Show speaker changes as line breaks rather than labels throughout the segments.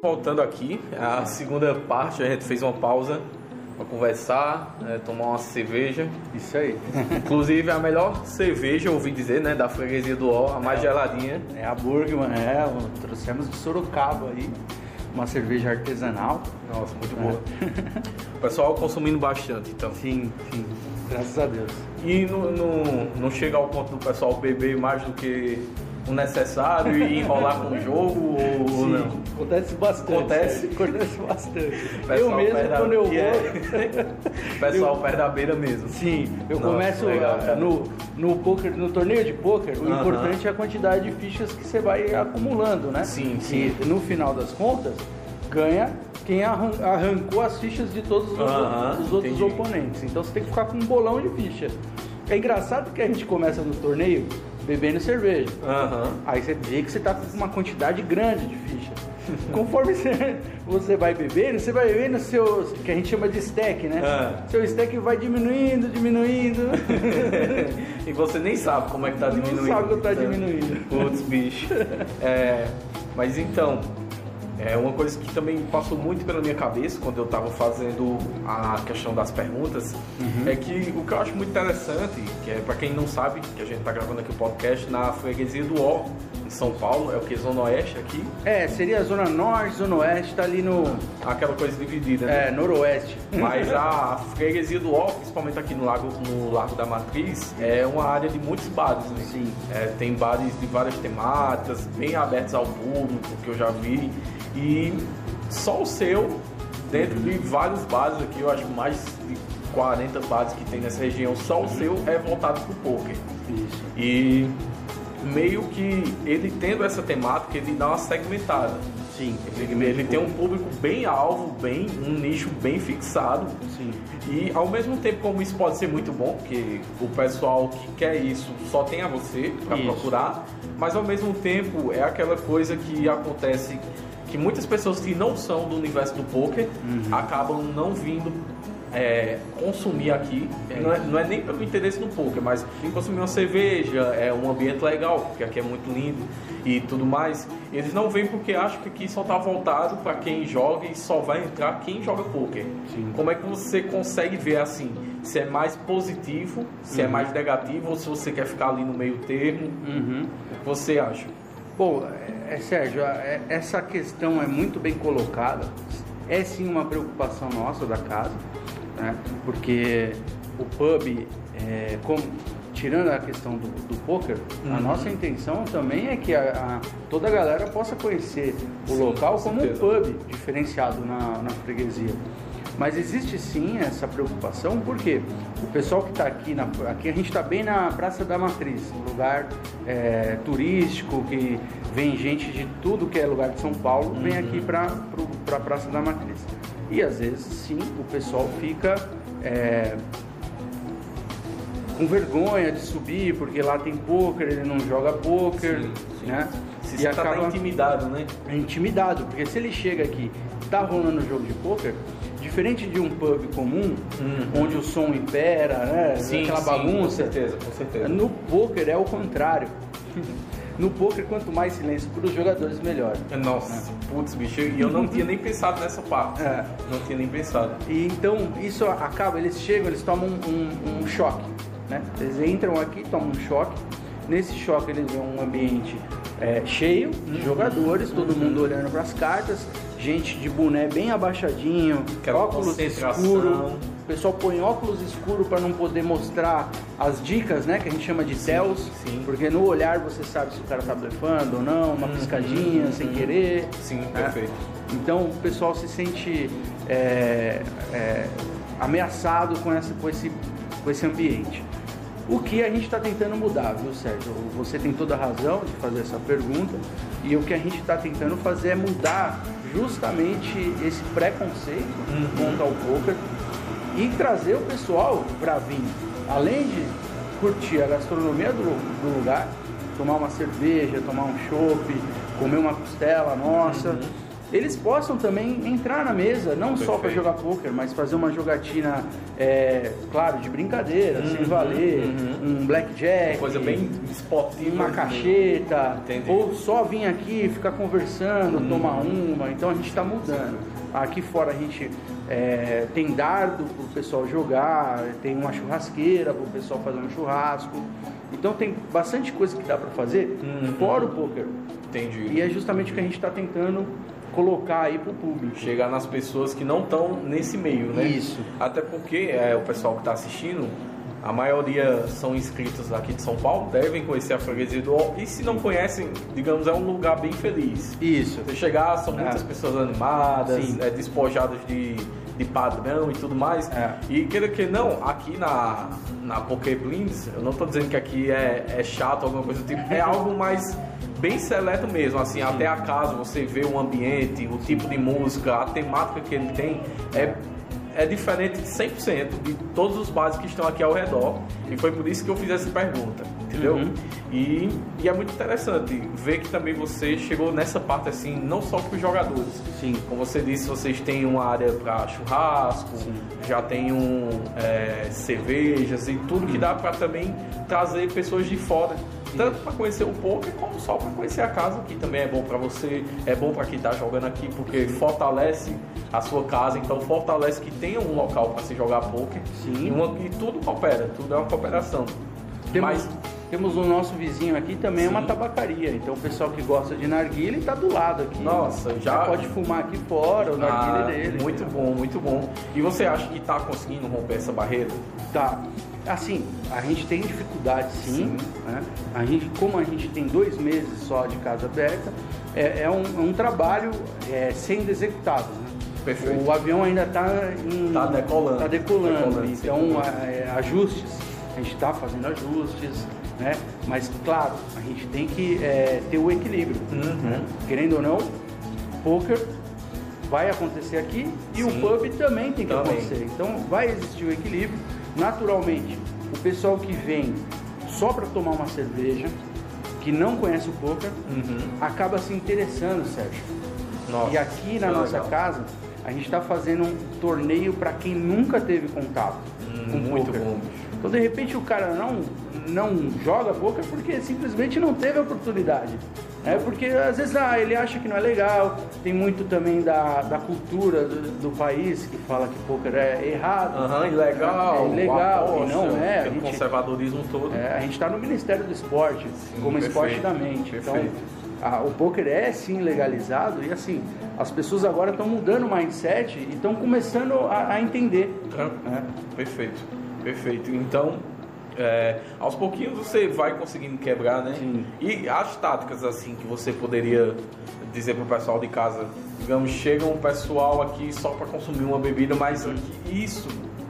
Voltando aqui, a segunda parte, a gente fez uma pausa para conversar, né, tomar uma cerveja.
Isso aí.
Inclusive, a melhor cerveja, eu ouvi dizer, né, da freguesia do O, a mais geladinha.
É a Burgman, é, o- trouxemos de Sorocaba aí, uma cerveja artesanal.
Nossa, muito
É.
boa. O pessoal consumindo bastante, então.
Sim, sim, graças a Deus.
E não, não, não chega ao ponto do pessoal beber mais do que o necessário e enrolar com o jogo ou, ou
Sim,
não?
Acontece bastante.
Acontece?
Acontece bastante.
Pessoal
Eu mesmo,
perde a-
quando eu vou...
que é. O pessoal perde a beira mesmo.
Sim, eu
Nossa,
começo
legal,
ah,
cara.
no, no poker, no torneio de poker, o
Aham.
importante é a quantidade de fichas que você vai acumulando, né?
Sim, sim.
E no final das contas, ganha quem arran- arrancou as fichas de todos os,
Aham,
os outros
entendi.
oponentes. Então você tem que ficar com um bolão de ficha. É engraçado que a gente começa no torneio bebendo cerveja.
Aham.
Aí você vê que você tá com uma quantidade grande de ficha. Conforme você, você vai bebendo, você vai bebendo seu. que a gente chama de stack, né?
Ah.
Seu stack vai diminuindo, diminuindo.
E você nem sabe como é que tá
Não
diminuindo.
sabe que tá
Então,
diminuindo.
Putz, bicho. É, mas então, é uma coisa que também passou muito pela minha cabeça quando eu tava fazendo a questão das perguntas, é que o que eu acho muito interessante, que é pra quem não sabe, que a gente tá gravando aqui o podcast na freguesia do O, em São Paulo, é o que? Zona Oeste aqui?
é, seria a Zona Norte, Zona Oeste, tá ali no.
Aquela coisa dividida, né?
É, Noroeste.
Mas a freguesia do Ó, principalmente aqui no Lago, no Lago da Matriz, é uma área de muitos bares, né?
Sim.
É, tem bares de várias temáticas, bem abertos ao público, que eu já vi. E só o seu, dentro de vários bares aqui, eu acho mais de 40 bares que tem nessa região, só o seu é voltado pro poker.
Isso.
E meio que ele tendo essa temática, ele dá uma segmentada.
Sim.
Ele, ele tem um público bem alvo, bem um nicho bem fixado.
Sim.
E ao mesmo tempo como isso pode ser muito bom, porque o pessoal que quer isso só tem a você para
Isso.
procurar, mas ao mesmo tempo é aquela coisa que acontece que muitas pessoas que não são do universo do poker acabam não vindo é, consumir aqui. Não é, não é nem pelo interesse no poker, mas em consumir uma cerveja, é um ambiente legal, porque aqui é muito lindo e tudo mais. Eles não vêm porque acham que aqui só tá voltado para quem joga e só vai entrar quem joga poker.
Sim.
Como é que você consegue ver assim? Se é mais positivo, se é mais negativo, ou se você quer ficar ali no meio termo?
Uhum.
O que você acha?
Bom, é, é, Sérgio, a- é- essa questão é muito bem colocada. É sim uma preocupação nossa da casa, né? porque o pub, é, como- tirando a questão do, do poker, a
Uhum.
nossa intenção também é que a- a- toda a galera possa conhecer o
Sim,
local
com
como um
certeza.
pub diferenciado na, na freguesia. Mas existe sim essa preocupação, porque o pessoal que está aqui, na, aqui a gente está bem na Praça da Matriz, um lugar é, turístico que vem gente de tudo que é lugar de São Paulo, vem
Uhum.
aqui para pra Praça da Matriz. E às vezes sim, o pessoal fica é, com vergonha de subir, porque lá tem pôquer, ele não joga pôquer,
Sim, sim.
né?
Se você tá intimidado, né?
é intimidado, porque se ele chega aqui, tá rolando jogo de pôquer, diferente de um pub comum,
Uhum.
onde o som impera, né? aquela
com
bagunça.
certeza, com certeza.
No poker é o contrário. No poker, quanto mais silêncio para os jogadores, melhor.
É, Nossa, putz, bicho, e eu não tinha nem pensado nessa parte.
É.
Não tinha nem pensado.
E então isso acaba, eles chegam, eles tomam um, um- um choque, né? Eles entram aqui, tomam um choque. Nesse choque eles vêem um ambiente é, cheio de jogadores, todo mundo olhando para as cartas, gente de boné bem abaixadinho,
Aquela
óculos
concentração.
escuro. O pessoal põe óculos escuro para não poder mostrar as dicas, né? Que a gente chama de tells,
sim. Uhum.
porque no olhar você sabe se o cara tá blefando ou não, uma piscadinha sem querer.
Sim,
né?
perfeito.
Então o pessoal se sente é, é, ameaçado com, essa, com, esse, com esse ambiente. O que a gente está tentando mudar, viu, Sérgio? Você tem toda a razão de fazer essa pergunta. E o que a gente está tentando fazer é mudar justamente esse preconceito contra o poker e trazer o pessoal para vir, além de curtir a gastronomia do, do
Uhum.
lugar, tomar uma cerveja, tomar um chopp, comer uma costela nossa, eles possam também entrar na mesa, não só para
Perfeito.
jogar poker, mas fazer uma jogatina, é, claro, de brincadeira, sem valer, um blackjack,
Uhum, Uma coisa bem esportiva.
uma cacheta,
Entendi.
ou só vir aqui, ficar conversando, tomar uma. Então a gente está mudando. Aqui fora a gente é, tem dardo para o pessoal jogar, tem uma churrasqueira para o pessoal fazer um churrasco. Então tem bastante coisa que dá para fazer
Uhum.
fora o poker.
Entendi.
E é justamente o que a gente está tentando colocar aí para o público.
chegar nas pessoas que não estão nesse meio, né?
Isso.
Até porque é, o pessoal que está assistindo, a maioria são inscritos aqui de São Paulo, devem conhecer a freguesia do UOL. E se não conhecem, digamos, é um lugar bem feliz.
Isso.
Você chegar, são muitas
É.
pessoas animadas,
Sim.
é, despojadas de, de padrão e tudo mais.
É.
E queira que não, aqui na, na Poké Blinds, eu não tô dizendo que aqui é, é chato alguma coisa do tipo, é algo mais bem seleto mesmo, assim, até a casa você vê o ambiente, o tipo de música, a temática que ele tem, é, é diferente de 100% de todos os bares que estão aqui ao redor, e foi por isso que eu fiz essa pergunta, entendeu?
Uhum.
E, e é muito interessante ver que também você chegou nessa parte, assim, não só para os jogadores,
Sim.
como você disse, vocês têm uma área para churrasco, já tem um, é, cervejas e tudo
Uhum.
que dá para também trazer pessoas de fora. Tanto para conhecer o poker como só para conhecer a casa, que também é bom para você, é bom para quem tá jogando aqui, porque fortalece a sua casa, então fortalece que tenha um local para se jogar poker.
Sim.
E, uma- e tudo coopera, tudo é uma cooperação.
Temos,
Mas
temos o nosso vizinho aqui também é uma
Sim.
tabacaria. Então o pessoal que gosta de narguile tá do lado aqui.
Nossa, já-
pode fumar aqui fora, o narguile
ah,
dele.
muito bom, muito bom. E você acha que tá conseguindo romper essa barreira?
Tá. Assim, a gente tem dificuldade sim.
Sim.
né? A gente, como a gente tem dois meses só de casa aberta, é, é um, é um trabalho é, sendo executado. né?
Perfeito.
O avião ainda está em.
Tá decolando.
Tá decolando.
Decolando, sim.
então, é, ajustes. A gente está fazendo ajustes, né? Mas, claro, a gente tem que é, ter o equilíbrio. né? Querendo ou não, poker vai acontecer aqui e o
Sim.
pub também tem que
Também.
acontecer. Então, vai existir o equilíbrio. Naturalmente, o pessoal que vem só para tomar uma cerveja, que não conhece o poker,
Uhum.
acaba se interessando, Sérgio.
Nossa,
E aqui na
que
nossa
legal.
casa, a gente está fazendo um torneio para quem nunca teve contato
Hum,
com
muito
poker.
bom, bicho.
Então, de repente, o cara não, não joga poker porque simplesmente não teve a oportunidade. É porque às vezes ah, ele acha que não é legal, tem muito também da, da cultura do, do país que fala que poker é errado.
Aham, ilegal.
É ilegal,
aposta,
e não é,
Pelo
a gente-
conservadorismo todo.
É, a gente está no Ministério do Esporte, como
perfeito,
esporte da mente.
perfeito.
Então, a- o poker é sim legalizado e assim, as pessoas agora estão mudando o mindset e estão começando a, a entender.
Tá?
né?
Perfeito, perfeito. Então, é, aos pouquinhos você vai conseguindo quebrar, né?
Sim.
E as táticas, assim, que você poderia dizer pro pessoal de casa, digamos, chega um pessoal aqui só para consumir uma bebida, mas aqui, isso,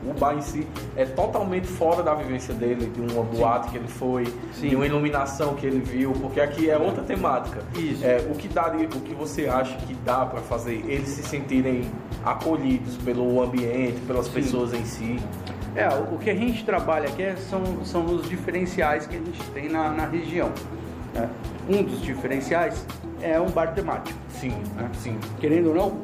o bar em si, é totalmente fora da vivência dele, de uma boate que ele foi,
Sim.
de uma iluminação que ele viu, porque aqui é outra temática.
Isso.
É, o que daria, o que você acha que dá para fazer eles se sentirem acolhidos pelo ambiente, pelas pessoas em si?
É, o o que a gente trabalha aqui é- são, são os diferenciais que a gente tem na, na região. né? Um dos diferenciais é um bar temático.
Sim, né?
É.
sim.
Querendo ou não,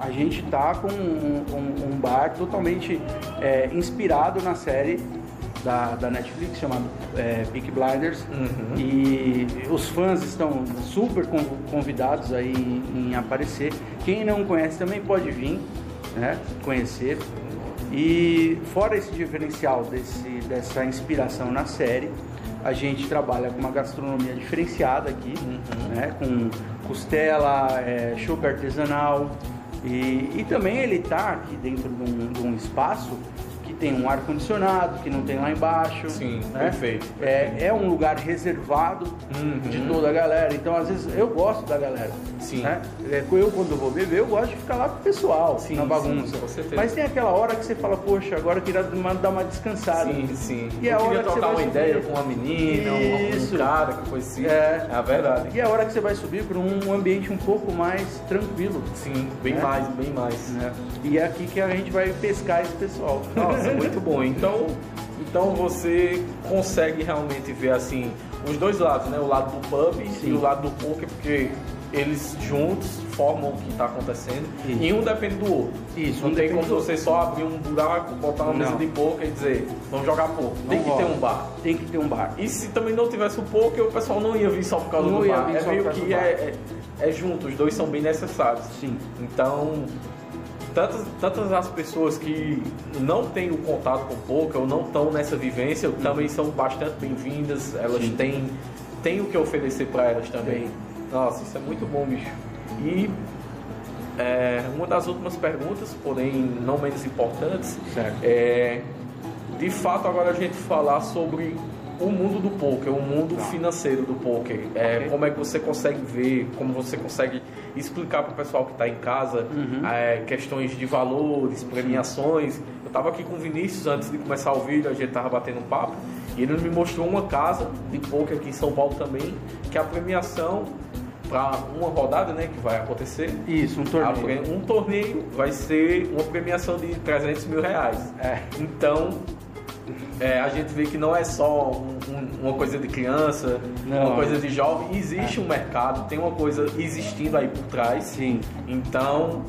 a gente tá com um, um- um bar totalmente é, inspirado na série da, da Netflix chamada é, Peak Blinders.
Uhum.
E os fãs estão super con- convidados aí em, em aparecer. Quem não conhece também pode vir, né? Conhecer. E fora esse diferencial desse, dessa inspiração na série, a gente trabalha com uma gastronomia diferenciada aqui,
Uhum.
né? Com costela, é, chopp artesanal. E, e também ele está aqui dentro de um, de um espaço que tem um ar-condicionado, que não tem lá embaixo.
Sim,
né?
perfeito,
É, é um lugar reservado
Uhum.
de toda a galera. Então, às vezes, eu gosto da galera.
Sim.
né? É, Eu, quando vou beber, eu gosto de ficar lá com o pessoal,
Sim,
na bagunça.
sim, com certeza.
Mas tem aquela hora que você fala, poxa, agora eu queria dar uma descansada.
Sim, sim.
E é
Eu queria
a hora que você
trocar
vai
uma
subir.
ideia com uma menina, um-
Isso.
um cara, que coisa assim.
É.
a verdade.
E é a hora que você vai subir para um ambiente um pouco mais tranquilo.
Sim, bem
É.
mais, bem mais.
né? E é aqui que a gente vai pescar esse pessoal.
Nossa, muito bom. Então, então você consegue realmente ver assim os dois lados, né? O lado do pub
Sim.
e o lado do poker, porque eles juntos formam o que está acontecendo
Isso.
e um depende do outro.
Isso,
não
um
tem
depende
como
do outro.
você só abrir um buraco, botar uma mesa
Não.
de poker e dizer, vamos jogar poker. Tem
Não
que
rola.
ter um bar.
Tem que ter um bar.
E se também não tivesse o poker, o pessoal não ia vir só por causa
Não
do
ia
bar.
vir
É
só
meio
por causa do
que
bar.
é, é, é junto, os dois são bem necessários.
Sim.
Então, tantas, tantas as pessoas que não têm o contato com o poker ou não estão nessa vivência também são bastante bem-vindas, elas
Uhum. Sim.
têm, têm o que oferecer para elas também.
Sim.
Nossa, isso é muito bom, bicho. E é, uma das últimas perguntas, porém não menos importantes,
Certo.
é, de fato, agora a gente falar sobre o mundo do poker, o mundo
Tá.
financeiro do poker. É,
Ok.
Como é que você consegue ver, como você consegue explicar para o pessoal que está em casa
Uhum.
é, questões de valores, premiações. Eu estava aqui com o Vinícius antes de começar o vídeo, a gente estava batendo um papo, e ele me mostrou uma casa de poker aqui em São Paulo também, que a premiação para uma rodada né, que vai acontecer.
Isso, um
A
torneio.
pre- Um torneio vai ser uma premiação de 300 mil reais.
É.
Então, é, a gente vê que não é só um- um- uma coisa de criança,
Não.
uma coisa de jovem. Existe um mercado, tem uma coisa existindo aí por trás.
Sim.
Então,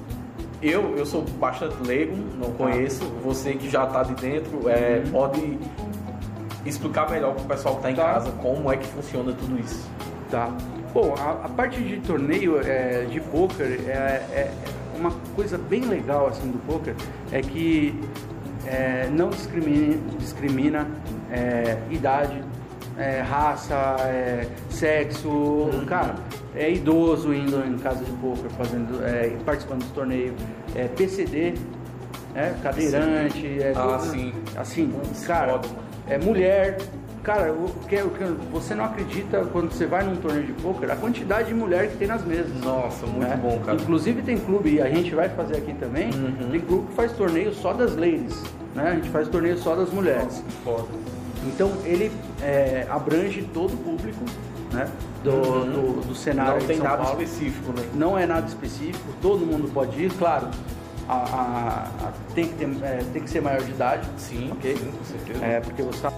eu, eu sou bastante leigo, não conheço. Você que já está de dentro, é, pode explicar melhor para o pessoal que está em
Tá.
casa como é que funciona tudo isso.
Tá. Bom, a, a parte de torneio é, de poker é, é- é uma coisa bem legal assim do poker é que é, não discrimina, discrimina é, idade, é, raça, é, sexo,
Uhum.
cara, é idoso indo em casa de poker fazendo, é, participando do torneio, é PCD, né, cadeirante, é,
Ah,
tudo-
sim.
assim,
Putz,
cara,
foda, mano.
é mulher. Cara, o que, o que- você não acredita quando você vai num torneio de pôquer a quantidade de mulher que tem nas mesas.
Nossa, muito
né?
bom, cara.
Inclusive tem clube, e a gente vai fazer aqui também,
Uhum.
tem clube que faz torneio só das ladies, né? A gente faz torneio só das mulheres.
Nossa, que foda.
Então ele é, abrange todo o público, né? Do,
Uhum.
do, do cenário
não
de
tem
São
nada
Paulo.
específico, né?
Não é nada específico, todo mundo pode ir, claro. a- a- a- tem, que ter- é, tem que ser maior de idade,
Sim,
Ok.
sim, com certeza.
é, porque você tá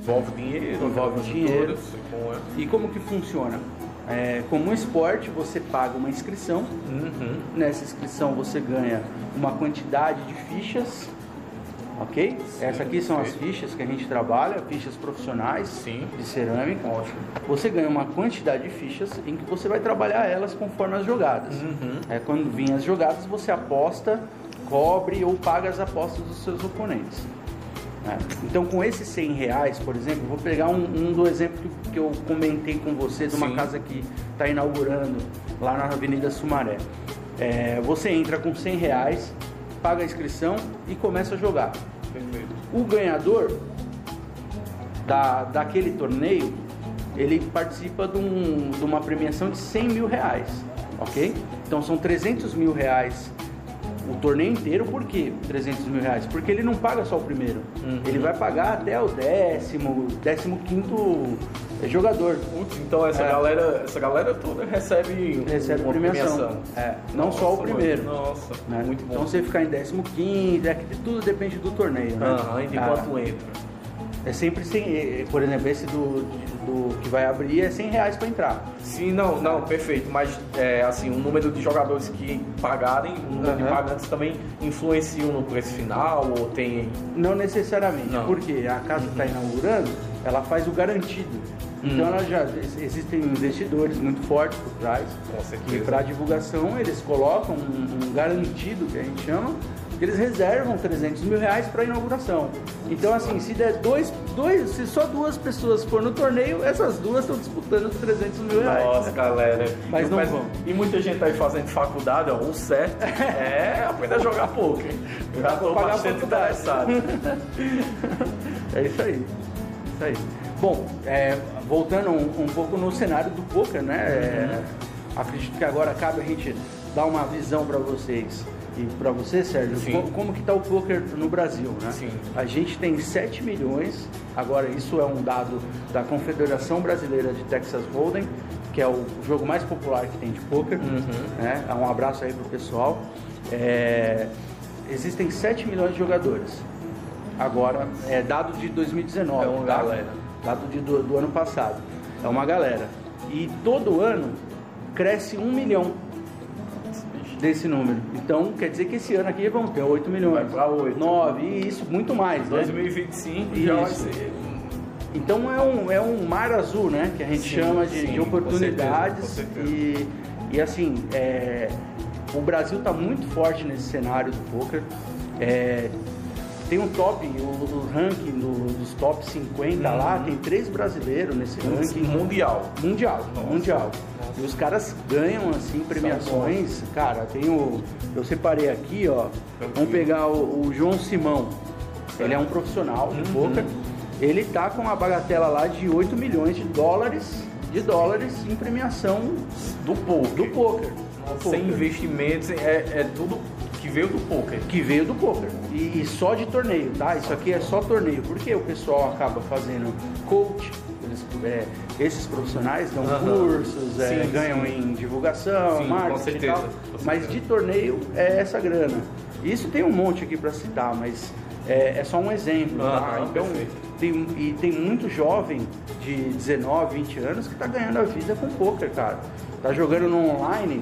Envolve dinheiro,
Envolve
aquela
dinheiro.
coisa toda, com a-
E como que funciona? É, como um esporte, você paga uma inscrição.
Uhum.
Nessa inscrição você ganha uma quantidade de fichas, ok?
Sim,
Essas aqui são as
ok.
fichas que a gente trabalha, fichas profissionais
Sim.
de cerâmica.
Ótimo.
Você ganha uma quantidade de fichas em que você vai trabalhar elas conforme as jogadas.
Uhum.
É, quando vinham as jogadas, você aposta, cobre ou paga as apostas dos seus oponentes. né? Então, com esses 100 reais, por exemplo, vou pegar um, um do exemplo que eu comentei com você de uma
Sim.
casa que está inaugurando lá na Avenida Sumaré. É, você entra com 100 reais, paga a inscrição e começa a jogar.
Perfeito.
O ganhador da, daquele torneio, ele participa de, um- de uma premiação de 100 mil reais, ok? Então são 300 mil reais o torneio inteiro, por quê 300 mil reais? Porque ele não paga só o primeiro,
Uhum.
ele vai pagar até o décimo, décimo quinto jogador.
Putz, então essa
É.
galera, essa galera toda recebe, um
Recebe
uma
premiação. É, não só o
Nossa,
primeiro.
mano. Nossa,
né?
muito bom.
Então você ficar em 15, é que tudo depende do torneio. né?
Aham, e de
Ah.
quanto entra?
É sempre 100, por exemplo, esse do, do que vai abrir é 100 reais para entrar.
Sim, não, não, perfeito. Mas é, assim, o número de jogadores que pagarem, o número de
Aham.
pagantes também influenciam no preço final ou tem.
Não necessariamente,
Não. Uhum.
porque a casa está inaugurando, ela faz o garantido. Então ela já existem investidores muito fortes por trás.
Com
E
certeza.
para divulgação eles colocam um, um garantido que a gente chama Eles reservam 300 mil reais para inauguração. Então, assim, se der dois, dois, se só duas pessoas for no torneio, essas duas estão disputando os 300 mil reais.
Nossa, galera.
né? Mas
Eu
não
peço-
vão.
E muita gente aí fazendo faculdade, ó, o certo é apenas jogar poker. Eu já tô
Pagar a
bastante
faculdade.
interessado.
É isso aí. Isso aí. Bom, é, voltando um, um pouco no cenário do poker, né? É, acredito que agora cabe a gente dar uma visão para vocês. E para você, Sérgio,
Sim.
co- como, que está o poker no Brasil, né?
Sim.
A gente tem 7 milhões, agora isso é um dado da Confederação Brasileira de Texas Hold'em, que é o jogo mais popular que tem de poker.
Uhum.
Né? Um abraço aí pro pessoal. É, Existem 7 milhões de jogadores. Agora, é dado de 2019.
É uma
tá?
galera.
Dado de, do, do ano passado. É uma galera. E todo ano cresce 1 milhão desse número. Então, quer dizer que esse ano aqui vamos ter 8 milhões.
Vai pra oito.
9, e isso, muito mais, né?
2025 já vai
Isso.
ser.
Então é um, é um mar azul, né? Que a gente
Sim,
chama de,
sim,
de
com
oportunidades.
certeza, com certeza.
E, e assim, é, o Brasil está muito forte nesse cenário do poker. É, tem um top, o, o ranking do- dos top 50 lá,
Uhum.
tem três brasileiros nesse ranking.
um Mundial.
Mundial,
Nossa.
mundial. E os caras ganham assim premiações, cara, tem o. Eu separei aqui, ó. Vamos pegar o, o João Simão. Ele é um profissional de
Uhum.
poker. Ele tá com uma bagatela lá de 8 milhões de dólares, de dólares em premiação
Do poker.
do poker. Do
Sem
Um poker.
investimentos, é, é tudo que veio do poker.
que veio do poker. E, e só de torneio, tá? Isso aqui é só torneio, porque o pessoal acaba fazendo coach, eles, é, esses profissionais dão
Aham.
cursos, é,
Sim,
ganham
sim.
em divulgação,
Sim, com
marketing e
certeza,
tal,
com
mas de
certeza.
torneio é essa grana. Isso tem um monte aqui pra citar, mas é, é só um exemplo, tá?
Aham,
Então,
perfeito.
tem, e tem muito jovem de 19, 20 anos que tá ganhando a vida com poker, cara. Tá jogando no online.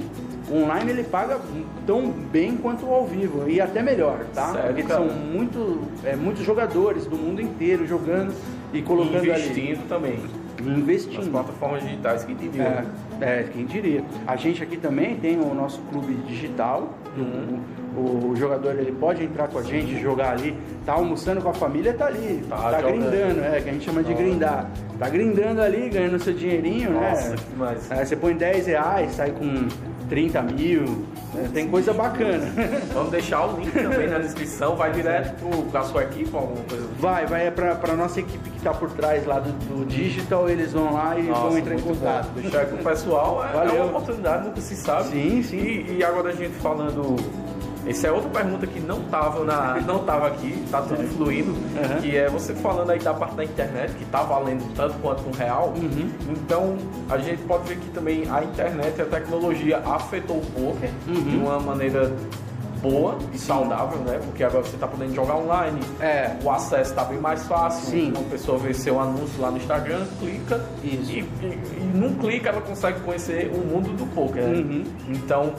O online ele paga tão bem quanto o ao vivo e até melhor, tá?
Sério,
Porque
cara?
são muito, é, muitos jogadores do mundo inteiro jogando e colocando
investindo também.
ali.
Nas
Investindo.
plataformas digitais que te
É,
digo.
é, quem diria. A gente aqui também tem o nosso clube digital.
Uhum.
O, o jogador ele pode entrar com a gente, jogar ali, tá almoçando com a família, tá ali, tá,
Tá jogando.
grindando, é, que a gente chama de
Nossa.
grindar. Tá grindando ali, ganhando seu dinheirinho,
Nossa,
né?
que mais.
É, você põe 10 reais, sai com 30 mil, né? tem coisa bacana.
Vamos deixar o link também na descrição, vai direto pro, pra sua equipe, alguma coisa.
Vai, vai é pra, pra nossa equipe que tá por trás lá do, do digital, eles vão lá e vão
Nossa,
entrar em
muito
contato.
bom. Deixar com o pessoal é,
Valeu.
é uma oportunidade, nunca se sabe.
Sim, sim.
E, e agora a gente falando. Essa é outra pergunta que não tava, na, não tava aqui, tá tudo fluindo.
Uhum.
Que é você falando aí da parte da internet, que tá valendo tanto quanto um real.
Uhum.
Então a gente pode ver que também a internet e a tecnologia afetou o poker
Uhum.
de uma maneira boa e saudável, né? Porque agora você tá podendo jogar online,
É.
o acesso tá bem mais fácil.
Sim.
Uma pessoa vê seu anúncio lá no Instagram, clica
Isso.
e, e, e num clique ela consegue conhecer o mundo do poker. né?
Uhum.
Então,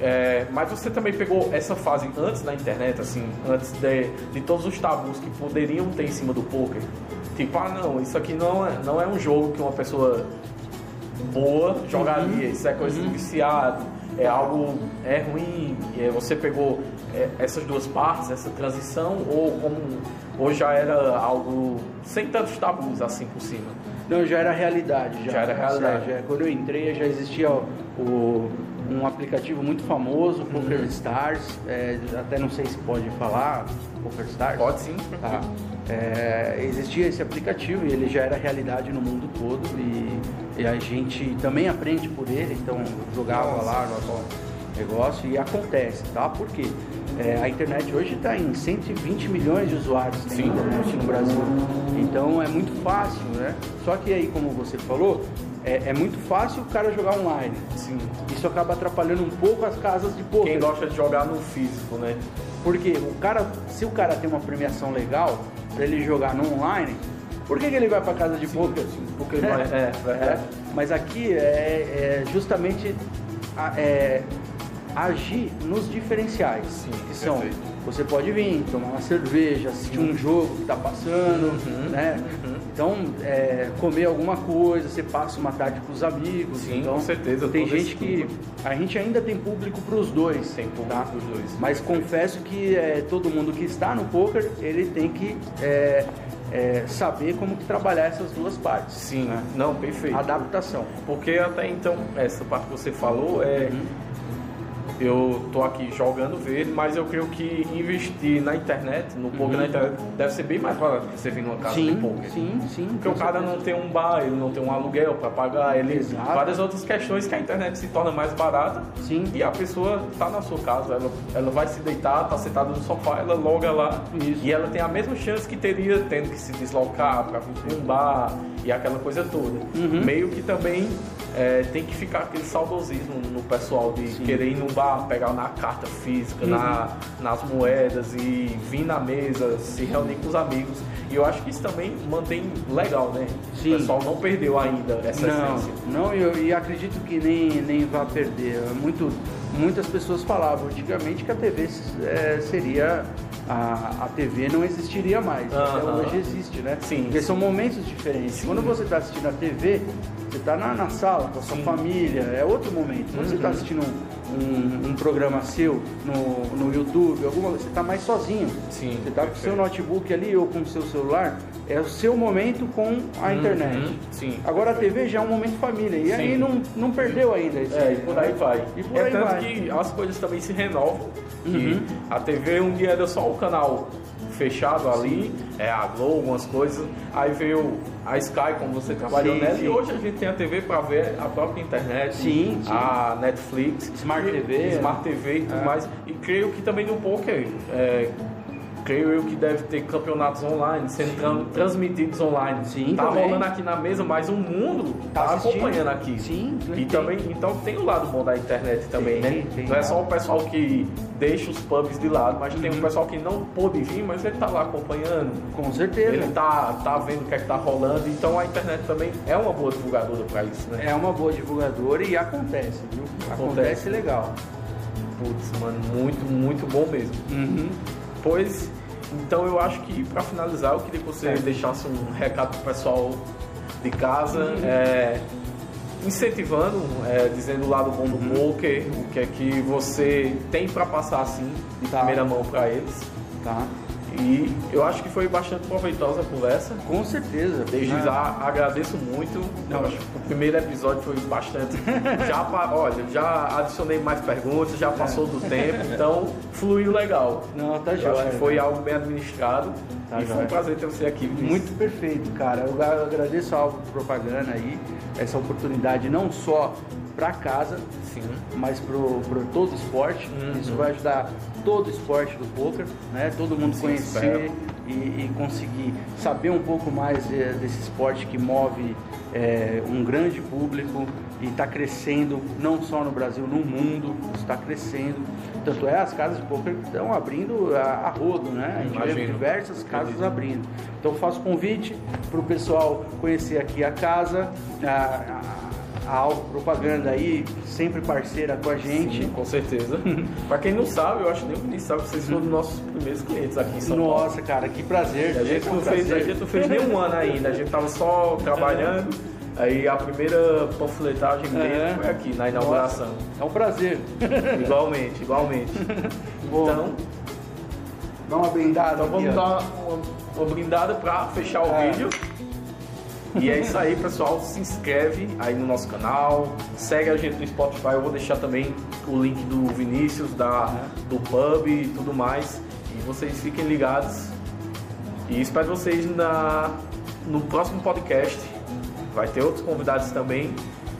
é, mas você também pegou essa fase antes da internet, assim, antes de, de todos os tabus que poderiam ter em cima do poker. Tipo, ah, não, isso aqui não é, não é um jogo que uma pessoa boa jogaria, isso é coisa de viciado, é algo é ruim. E aí você pegou é, essas duas partes, essa transição, ou como ou já era algo sem tantos tabus assim por cima?
Não, já era realidade. Já,
Já era realidade.
Já, já- quando eu entrei, já existia o- o- um aplicativo muito famoso, Poker Stars. é, até não sei se pode falar, Poker Stars.
Pode sim.
Tá? É, existia esse aplicativo e ele já era realidade no mundo todo. E, e a gente também aprende por ele, então eu jogava
Nossa.
lá no negócio e acontece, tá? Porque a internet hoje está em 120 milhões de usuários tem
Sim.
internet no Brasil. Então é muito fácil, né? Só que aí, como você falou, é, é muito fácil o cara jogar online.
Sim.
Isso acaba atrapalhando um pouco as casas de poker.
Quem gosta de jogar no físico, né?
Porque o cara, se o cara tem uma premiação legal pra ele jogar no online, por que, que ele vai pra casa de poker?
porque ele vai- é, vai-
Mas aqui é, é justamente a- é, agir nos diferenciais,
Sim,
que são
perfeito.
o Você pode vir, tomar uma cerveja, assistir um jogo que tá passando,
Uhum,
né? Então, é, comer alguma coisa, você passa uma tarde com os amigos.
Sim,
então,
com certeza,
Tem
todo
gente
esse
que. A gente ainda tem público para os dois.
Tem público
tá?
pros dois.
Mas confesso que é, todo mundo que está no poker, ele tem que é, é, saber como que trabalhar essas duas partes.
Sim,
né?
não, perfeito.
Adaptação.
Ah, Porque até então, essa parte que você falou é.
Uhum.
Eu tô aqui jogando verde, mas eu creio que investir na internet, no poker na internet, deve ser bem mais barato que você vir numa casa de Tá poker.
Uhum. sim, sim.
Porque
com
o cara
certeza.
não tem um bar, ele não tem um aluguel para pagar, ele
Exato.
várias outras questões que a internet se torna mais barata.
Sim.
E a pessoa tá na sua casa, ela, ela vai se deitar, tá sentada no sofá, ela loga lá
Isso.
e ela tem a mesma chance que teria tendo que se deslocar para um bar e aquela coisa toda.
Uhum.
Meio que também é, tem que ficar aquele saudosismo no pessoal de
Sim.
querer ir num bar, pegar na carta física,
Uhum.
na, nas moedas e vir na mesa, se reunir com os amigos. E eu acho que isso também mantém legal, né?
Sim.
O pessoal não perdeu ainda essa essência.
Não, não, e eu, e acredito que nem, nem vá perder. É Muito, muitas pessoas falavam antigamente que a TV é, seria. A, a TV não existiria mais. Até
Aham.
hoje existe, né?
Sim.
Porque são momentos diferentes.
Sim.
Quando você está assistindo a TV, você está na, na sala com a sua
Sim. Uhum.
família, é outro momento. Quando você está assistindo um, um, um programa seu no, no YouTube, alguma coisa, você está mais sozinho.
Sim,
Você está com o seu notebook ali ou com o seu celular, é o seu momento com a internet.
Uhum, Sim.
Agora a TV já é um momento família. E aí
Sim.
não, não perdeu ainda isso.
É, e por aí vai.
E por
é
aí
tanto
vai.
que as coisas também se renovam. que
Uhum.
a TV um dia era só o canal fechado ali, é a Globo, algumas coisas. Aí veio a Sky, como você trabalhou
Sim,
nela.
sim.
E hoje a gente tem a TV para ver a própria internet,
Sim, sim.
a Netflix,
Smart
e-
TV,
Smart TV e tudo
É.
mais. E creio que também no poker. é, Creio eu que deve ter campeonatos online sendo tran- transmitidos online.
Sim,
tá
também.
rolando aqui na mesa, mas o mundo
Tá
tá,
assistindo.
acompanhando aqui.
Sim,
e
tem.
também então tem o lado bom da internet também,
Tem,
né?
tem.
não é só o pessoal que deixa os pubs de lado, mas tem o pessoal que não pôde vir, mas ele tá lá acompanhando.
Com certeza.
Ele tá, tá vendo o que é que tá rolando, então a internet também é uma boa divulgadora pra isso, né?
É uma boa divulgadora e acontece, viu? Acontece,
Acontece.
legal.
Putz, mano, muito, muito bom mesmo. Pois, então eu acho que pra finalizar, eu queria que você
Certo.
deixasse um recado pro pessoal de casa, é, incentivando, é, dizendo o lado bom do poker, o que é que você tem pra passar assim, de
Tá.
primeira mão pra eles.
Tá.
E eu acho que foi bastante proveitosa a conversa.
Com certeza.
Desde
né?
já agradeço muito. Eu acho que o primeiro episódio foi bastante. já, pa- olha, já adicionei mais perguntas, já passou do tempo, então fluiu legal.
Não, tá
Eu
jóia.
acho que foi algo bem administrado
Tá
e foi
jóia.
um prazer ter você aqui. Vinícius.
Muito perfeito, cara. Eu a- agradeço a Alvo Propaganda aí, essa oportunidade não só para casa,
sim.
mas pro, pro todo esporte.
Uhum.
Isso vai ajudar todo o esporte do poker, né? Todo mundo
Sim,
conhecer
espero.
e, e conseguir saber um pouco mais eh, desse esporte que move eh, um grande público e está crescendo não só no Brasil, no mundo está crescendo. Tanto é as casas de poker estão abrindo a, a rodo, né? A gente vê
Imagino.
diversas casas
Acredito.
abrindo. Então faço convite para o pessoal conhecer aqui a casa, a, a, a Alvo Propaganda aí, sempre parceira com a gente.
Sim, com certeza. pra quem não sabe, eu acho que nem o Vinícius sabe, vocês foram nossos primeiros clientes aqui em São Paulo.
Nossa, cara, que prazer.
A gente,
É um
não fez, a
prazer.
gente não fez nem um ano ainda, a gente tava só trabalhando. Aí a primeira panfletagem
É.
dele foi aqui, na inauguração.
É um prazer.
Igualmente, igualmente.
Bom,
Então,
dá uma brindada.
então vamos
aqui, ó.
dar uma, uma brindada pra fechar o
É.
vídeo. E é isso aí, pessoal. Se inscreve aí no nosso canal, segue a gente no Spotify. Eu vou deixar também o link do Vinícius, da, do pub e tudo mais. E vocês fiquem ligados. E espero vocês na, no próximo podcast. Vai ter outros convidados também.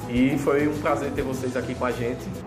E foi um prazer ter vocês aqui com a gente.